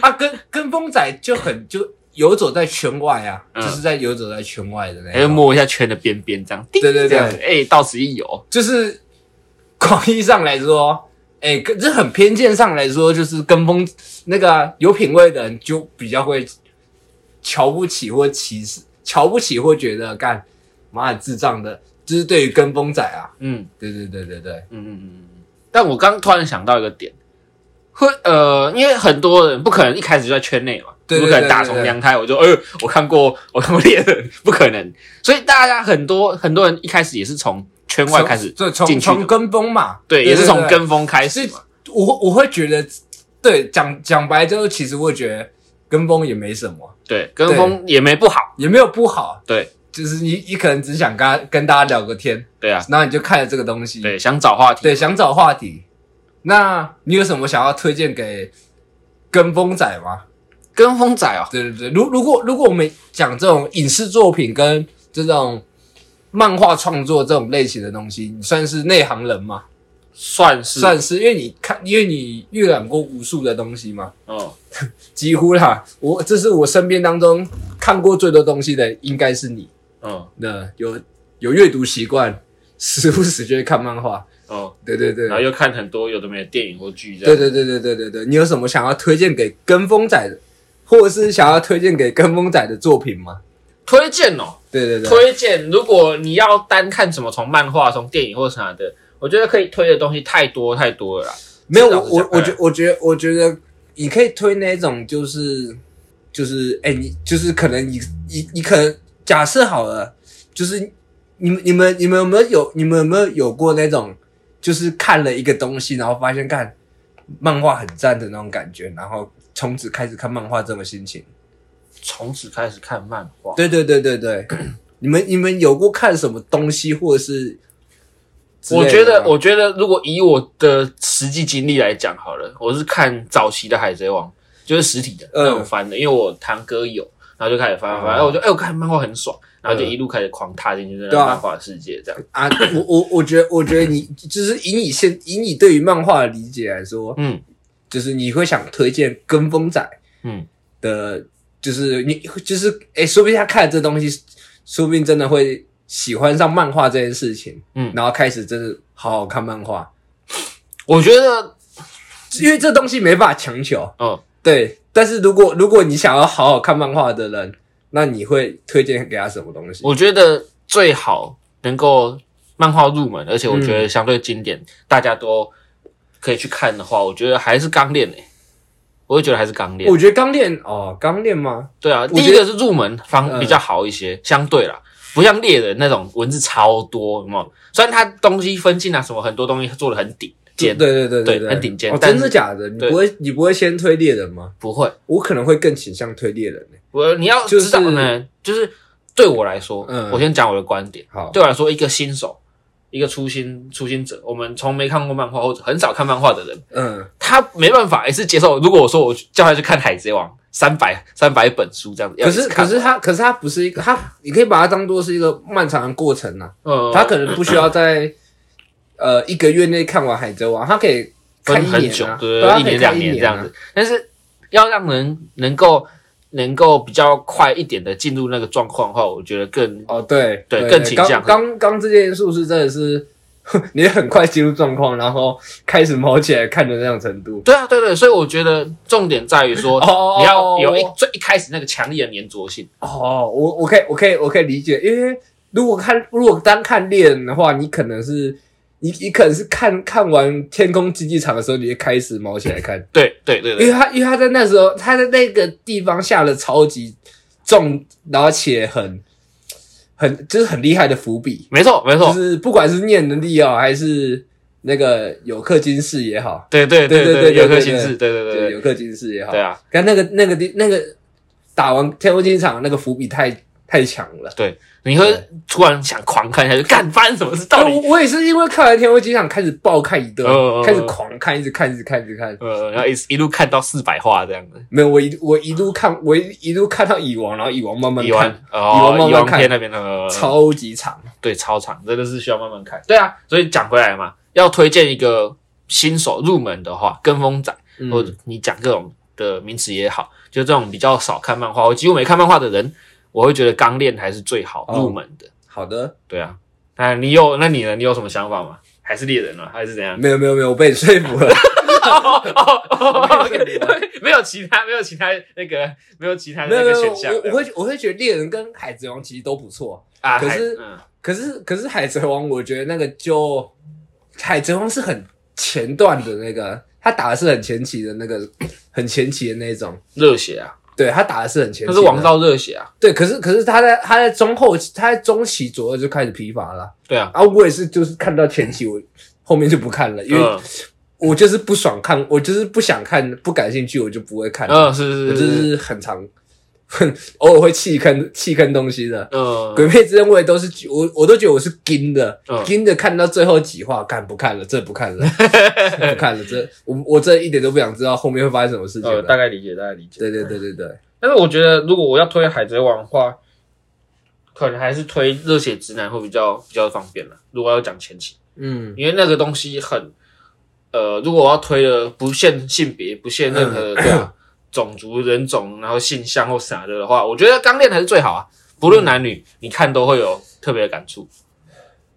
Speaker 2: 啊跟跟风仔就很就游走在圈外啊，
Speaker 1: 嗯
Speaker 2: 就是在游走在圈外的
Speaker 1: 还
Speaker 2: 那
Speaker 1: 要
Speaker 2: 种，
Speaker 1: 摸一下圈的边边，这样，叮
Speaker 2: 对对对
Speaker 1: 这样子，哎，到此一游。
Speaker 2: 就是广义上来说。 哎、跟这很偏见上来说，就是跟风那个啊有品味的人就比较会瞧不起或歧视，瞧不起或觉得干妈的智障的，就是对于跟风仔啊，
Speaker 1: 嗯
Speaker 2: 对对对对对，
Speaker 1: 嗯嗯嗯嗯。嗯但我刚突然想到一个点，会呃，因为很多人不可能一开始就在圈内嘛，
Speaker 2: 对
Speaker 1: 不
Speaker 2: 对
Speaker 1: 可能
Speaker 2: 对
Speaker 1: 打
Speaker 2: 对
Speaker 1: 从
Speaker 2: 对
Speaker 1: 娘胎我就，哎、我看过， 我看过猎人，不可能。所以大家很多很多人一开始也是从圈外开始，
Speaker 2: 对，从
Speaker 1: 进去的
Speaker 2: 从跟风嘛，
Speaker 1: 对，也是从
Speaker 2: 对
Speaker 1: 跟风开
Speaker 2: 是
Speaker 1: 始嘛。
Speaker 2: 我我会觉得，对，讲讲白之后，其实我觉得跟风也没什么，
Speaker 1: 对，跟风也没不好。
Speaker 2: 也没有不好，
Speaker 1: 对，
Speaker 2: 就是你你可能只想跟他跟大家聊个天，
Speaker 1: 对啊，
Speaker 2: 然后你就看了这个东西，
Speaker 1: 对，想找话题。
Speaker 2: 嗯对，想找话题。那你有什么想要推荐给跟风仔吗？
Speaker 1: 跟风仔哦，
Speaker 2: 对对对，如如果如果我们讲这种影视作品跟这种漫画创作这种类型的东西，你算是内行人吗？
Speaker 1: 算是
Speaker 2: 算是，因为你看，因为你阅览过无数的东西嘛，
Speaker 1: 哦，
Speaker 2: 几乎啦，我这是我身边当中看过最多东西的，应该是你。
Speaker 1: 嗯
Speaker 2: 那有有阅读习惯，时不时就会看漫画。
Speaker 1: 哦，
Speaker 2: 对对对
Speaker 1: 然，后又看很多有的没的电影或剧这
Speaker 2: 对
Speaker 1: 样。
Speaker 2: 对对对对对对，你有什么想要推荐给跟风仔的，或者是想要推荐给跟风仔的作品吗？
Speaker 1: 推荐哦，
Speaker 2: 对对对，
Speaker 1: 推荐，如果你要单看什么，从漫画、从电影或啥的，我觉得可以推的东西太多太多了啦。
Speaker 2: 没有
Speaker 1: 这倒
Speaker 2: 我
Speaker 1: 是哎
Speaker 2: 我
Speaker 1: 讲
Speaker 2: 我觉我觉得我觉得你可以推那种就是就是哎、你就是可能你你你可能假设好了，就是你们你们你们有没有有你们有没有有过那种就是看了一个东西，然后发现看漫画很赞的那种感觉，然后从此开始看漫画这种心情？
Speaker 1: 从此开始看漫画，
Speaker 2: 对对对对对，你们你们有过看什么东西，或者是之类
Speaker 1: 我
Speaker 2: 的吗？
Speaker 1: 觉得，我觉得如果以我的实际经历来讲好了，我是看早期的《海贼王》，就是实体的
Speaker 2: 嗯
Speaker 1: 那种翻的，因为我堂哥有，然后就开始翻翻翻，
Speaker 2: 嗯
Speaker 1: 然后我就哎、我看漫画很爽，然后就
Speaker 2: 嗯
Speaker 1: 一路开始狂踏进去那
Speaker 2: 对
Speaker 1: 个
Speaker 2: 啊
Speaker 1: 漫画的世界，这样。
Speaker 2: 啊，我我我觉得，我觉得你就是以你现以你对于漫画的理解来说，
Speaker 1: 嗯
Speaker 2: 就是你会想推荐跟风仔
Speaker 1: 嗯，
Speaker 2: 的，就是你就是哎、诶说不定他看了这东西，说不定真的会喜欢上漫画这件事情，
Speaker 1: 嗯
Speaker 2: 然后开始真的好好看漫画，
Speaker 1: 我觉得，
Speaker 2: 因为这东西没办法强求，
Speaker 1: 嗯，
Speaker 2: 对。但是如果如果你想要好好看漫画的人，那你会推荐给他什么东西？
Speaker 1: 我觉得最好能够漫画入门，而且我
Speaker 2: 嗯
Speaker 1: 觉得相对经典，大家都可以去看的话，我觉得还是《钢炼》诶，我会觉得还是《钢炼》
Speaker 2: 我。觉得钢炼哦，钢炼吗？
Speaker 1: 对啊，
Speaker 2: 我
Speaker 1: 第
Speaker 2: 觉得
Speaker 1: 一个是入门方
Speaker 2: 嗯
Speaker 1: 比较好一些，相对啦，不像猎人那种文字超多，有没有？虽然它东西分镜啊什么很多东西做的很顶尖，
Speaker 2: 对对对
Speaker 1: 对
Speaker 2: 对，
Speaker 1: 很顶尖
Speaker 2: 哦
Speaker 1: 但
Speaker 2: 真的
Speaker 1: 是
Speaker 2: 假的？你
Speaker 1: 对
Speaker 2: 不会你不会先推猎人吗？
Speaker 1: 不会。
Speaker 2: 我可能会更倾向推猎人、欸。
Speaker 1: 我你要知道呢，就是、对我来说，
Speaker 2: 嗯
Speaker 1: 我先讲我的观点。
Speaker 2: 好，
Speaker 1: 对我来说，一个新手，一个初心初心者，我们从没看过漫画或者很少看漫画的人，
Speaker 2: 嗯，
Speaker 1: 他没办法也是接受。如果我说我叫他去看《海贼王》三百三百本书这样子，
Speaker 2: 可是
Speaker 1: 要一直看
Speaker 2: 可是他可是他不是一个他，你可以把它当做是一个漫长的过程啊。
Speaker 1: 呃，
Speaker 2: 他可能不需要在呃一个月内看完《海贼王》，他可以看
Speaker 1: 分
Speaker 2: 一
Speaker 1: 很
Speaker 2: 年
Speaker 1: 久，
Speaker 2: 啊，
Speaker 1: 对
Speaker 2: 啊
Speaker 1: 对，
Speaker 2: 他可以
Speaker 1: 年
Speaker 2: 看
Speaker 1: 两
Speaker 2: 一
Speaker 1: 年这样
Speaker 2: 啊
Speaker 1: 子。。但是要让人能够能够比较快一点的进入那个状况的话，我觉得更
Speaker 2: 哦，对
Speaker 1: 对
Speaker 2: 对，
Speaker 1: 更倾向
Speaker 2: 刚刚刚这件术是真的是，你很快进入状况，然后开始毛起来看的那种程度。
Speaker 1: 对啊，对对，所以我觉得重点在于说，
Speaker 2: 哦
Speaker 1: 你要有一
Speaker 2: 哦
Speaker 1: 最一开始那个强烈的粘着性。
Speaker 2: 哦，我我可以我可以我可以理解，因为如果看如果单看猎人的话，你可能是你你可能是看看完《天空竞技场》的时候，你就开始毛起来看，
Speaker 1: 对对对
Speaker 2: 因
Speaker 1: 对
Speaker 2: 为他因为他在那时候他在那个地方下了超级重，然后且很很就是很厉害的伏笔，
Speaker 1: 没错没
Speaker 2: 就
Speaker 1: 错，
Speaker 2: 是不管是念能力也好，还是那个有氪金士也好，
Speaker 1: 对对
Speaker 2: 对对
Speaker 1: 对，
Speaker 2: 对
Speaker 1: 有颗
Speaker 2: 对
Speaker 1: 心
Speaker 2: 对
Speaker 1: 智，对对
Speaker 2: 对，
Speaker 1: 对
Speaker 2: 有
Speaker 1: 对
Speaker 2: 氪金士也好，
Speaker 1: 对，啊，
Speaker 2: 但那个那个地那个打完天空竞技场那个伏笔太太强了。
Speaker 1: 对，你会突然想狂看一下，就干发生什么事？到
Speaker 2: 我
Speaker 1: 底
Speaker 2: 我也是因为看完《天空机场》开始爆看一顿，
Speaker 1: 嗯嗯嗯
Speaker 2: 开始狂看，一直看，一直看，一直看。
Speaker 1: 呃，然后一一路看到四百话这样子，
Speaker 2: 没有，我一我一路看，我一一路看到蚁王，然后蚁王慢慢
Speaker 1: 以
Speaker 2: 看，，E
Speaker 1: 完哦，
Speaker 2: 慢慢
Speaker 1: 以完
Speaker 2: 看
Speaker 1: 篇那边的呃
Speaker 2: 超级长。
Speaker 1: 对，超长，真的是需要慢慢看。对啊，所以讲回来嘛，要推荐一个新手入门的话，跟风仔，
Speaker 2: 嗯
Speaker 1: 或者你讲各种的名词也好，就这种比较少看漫画，我几乎没看漫画的人，我会觉得《钢炼》还是最好
Speaker 2: 哦
Speaker 1: 入门的。
Speaker 2: 好的，
Speaker 1: 对啊，那你有那你呢？你有什么想法吗？还是猎人吗？还是怎样？
Speaker 2: 没有没有没有，我被你说服了。
Speaker 1: 哦哦哦
Speaker 2: 没有什么
Speaker 1: 没有其他，没有其他那个，没有其他
Speaker 2: 没
Speaker 1: 的
Speaker 2: 有
Speaker 1: 那
Speaker 2: 没
Speaker 1: 个
Speaker 2: 有，
Speaker 1: 选项
Speaker 2: 我我会我会觉得猎人跟海贼王其实都不错，
Speaker 1: 啊。
Speaker 2: 可
Speaker 1: 还
Speaker 2: 是
Speaker 1: 嗯
Speaker 2: 可是可是海贼王，我觉得那个就海贼王是很 前段的那个，他打的是很前期的那个，很前期的那种。
Speaker 1: 热血啊，
Speaker 2: 对他打的是很前
Speaker 1: 他
Speaker 2: 期，
Speaker 1: 是王，道热血啊，
Speaker 2: 对，可是可是他在他在中后期，他在中期左右就开始疲乏了。
Speaker 1: 对啊，
Speaker 2: 啊，我也是，就是看到前期，我后面就不看了，因为
Speaker 1: 嗯
Speaker 2: 我就是不爽看，我就是不想看，不感兴趣，我就不会看。
Speaker 1: 嗯是是，
Speaker 2: 我就是是很常， 哼，偶尔会弃坑弃坑东西的。
Speaker 1: 嗯
Speaker 2: 鬼灭之刃我也都是我我都觉得我是盯的，
Speaker 1: 嗯
Speaker 2: 盯的看到最后几话，干不看了，这不 看了，不看了，这我我这一点都不想知道后面会发生什么事情
Speaker 1: 呃
Speaker 2: 了。
Speaker 1: 大概理呃解大概理解，
Speaker 2: 对对对对对，
Speaker 1: 但是我觉得，如果我要推《海贼王》的话，可能还是推《热血直男》会比较比较方便了。如果要讲前期，
Speaker 2: 嗯，
Speaker 1: 因为那个东西很，呃，如果我要推的不限性别、不限任
Speaker 2: 嗯
Speaker 1: 何对啊、种族、人种，然后性向或啥的的话，我觉得刚练还是最好啊。不论男女，你看都会有特别的感触，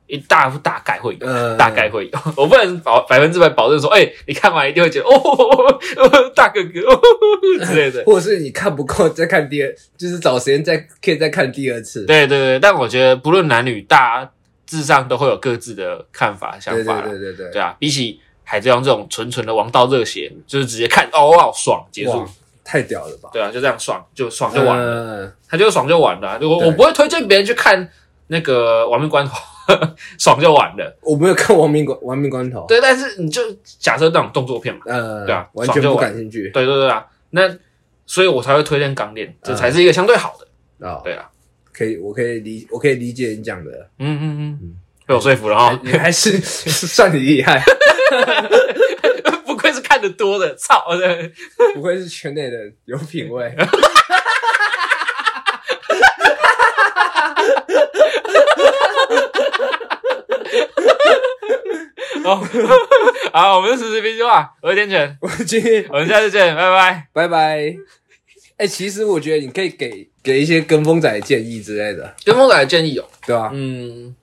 Speaker 1: 一大大概会有。
Speaker 2: 呃，
Speaker 1: 大概会有，我不能保百分之百保证说，哎、你看完一定会觉得哦， 大哥哥、哦、 之类 的。
Speaker 2: 或者是你看不够再看第二，就是找时间再可以再看第二次。
Speaker 1: 对对对，但我觉得不论男女，大致上都会有各自的看法、想
Speaker 2: 对
Speaker 1: 法
Speaker 2: 对
Speaker 1: 啦。
Speaker 2: 对对对，
Speaker 1: 对啊，比起海贼王这种纯纯的王道热血，就是直接看哦，哇好爽，结束
Speaker 2: 哇。，太屌了吧！呃
Speaker 1: 对啊，就这样爽，就爽就完了，
Speaker 2: 了，
Speaker 1: 他就爽就完了啊。我
Speaker 2: 对
Speaker 1: 我不会推荐别人去看那个《亡命关头》， 爽就完了。
Speaker 2: 我没有看《亡命关亡命关头》，
Speaker 1: 对，但是你就假设那种动作片嘛，
Speaker 2: 呃，
Speaker 1: 对啊
Speaker 2: 完全
Speaker 1: 爽就
Speaker 2: 不
Speaker 1: 完
Speaker 2: 感兴趣
Speaker 1: 对对对啊，那所以我才会推荐钢炼，这才是一个相对好的。
Speaker 2: 啊。
Speaker 1: 对啊，
Speaker 2: 可以，我可以理，我可以理解你讲的。
Speaker 1: 嗯嗯嗯哎
Speaker 2: 嗯，
Speaker 1: 被我说服了哈。
Speaker 2: 你还是 算你厉害，
Speaker 1: 不愧是看得多的，操！对
Speaker 2: 不愧是圈内人，有品味。
Speaker 1: 哦， 好，我们是时时冰说啊，我是天成，
Speaker 2: 我今天
Speaker 1: 我们下次见，拜拜。
Speaker 2: 拜拜。哎、其实我觉得你可以给给一些跟风仔的建议之类的，
Speaker 1: 跟风仔的建议哦，
Speaker 2: 对吧、
Speaker 1: 嗯，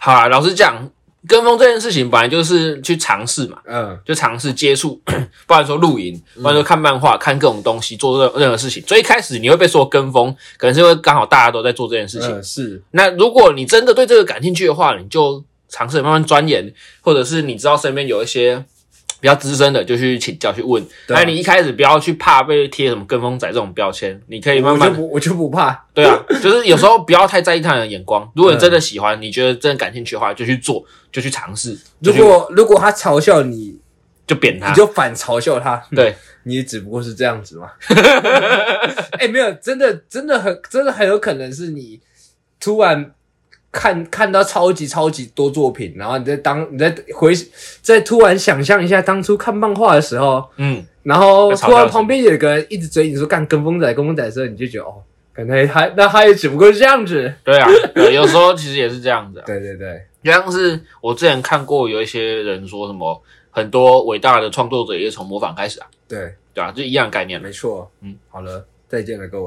Speaker 1: 好啊，老实讲，跟风这件事情本来就是去尝试嘛，
Speaker 2: 嗯
Speaker 1: 就尝试接触， 不然说露营，不然说看漫画，看各种东西，做任任何事情。所以一开始你会被说跟风，可能是因为刚好大家都在做这件事情。
Speaker 2: 嗯，是，
Speaker 1: 那如果你真的对这个感兴趣的话，你就尝试慢慢钻研，或者是你知道身边有一些比较资深的，就去请教去问。
Speaker 2: 对啊
Speaker 1: 那你一开始不要去怕被贴什么跟风仔这种标签，你可以慢
Speaker 2: 嗯我就
Speaker 1: 慢
Speaker 2: 不我就不怕，
Speaker 1: 对 啊，就是有时候不要太在意他人的眼光。如果你真的喜欢，你觉得真的感兴趣的话，就去做，就去尝试，就啊
Speaker 2: 如
Speaker 1: 去
Speaker 2: 果如果他嘲笑你，
Speaker 1: 就扁他
Speaker 2: 你。就反嘲 笑他，
Speaker 1: 对，
Speaker 2: 你也只不过是这 样子嘛。哎、没有，真的真的很真的很有可能是你突然看看到超级超级多作品，然后你在当你在回再突然想象一下当初看漫画的时候，
Speaker 1: 嗯，
Speaker 2: 然后
Speaker 1: 在嘲
Speaker 2: 突
Speaker 1: 笑
Speaker 2: 然旁边有个人一直追你说干跟风仔跟风仔的时候，你就觉得哦，感觉他那他也只不过是这样子。
Speaker 1: 对 啊，对有时候其实也是这样子、啊。
Speaker 2: 对对对，
Speaker 1: 就像是我之前看过有一些人说什么，很多伟大的创作者也是从模仿开始啊，
Speaker 2: 对，
Speaker 1: 对啊，就一样的概念啊。
Speaker 2: 没错。
Speaker 1: 嗯
Speaker 2: 嗯，好了，再见了各位。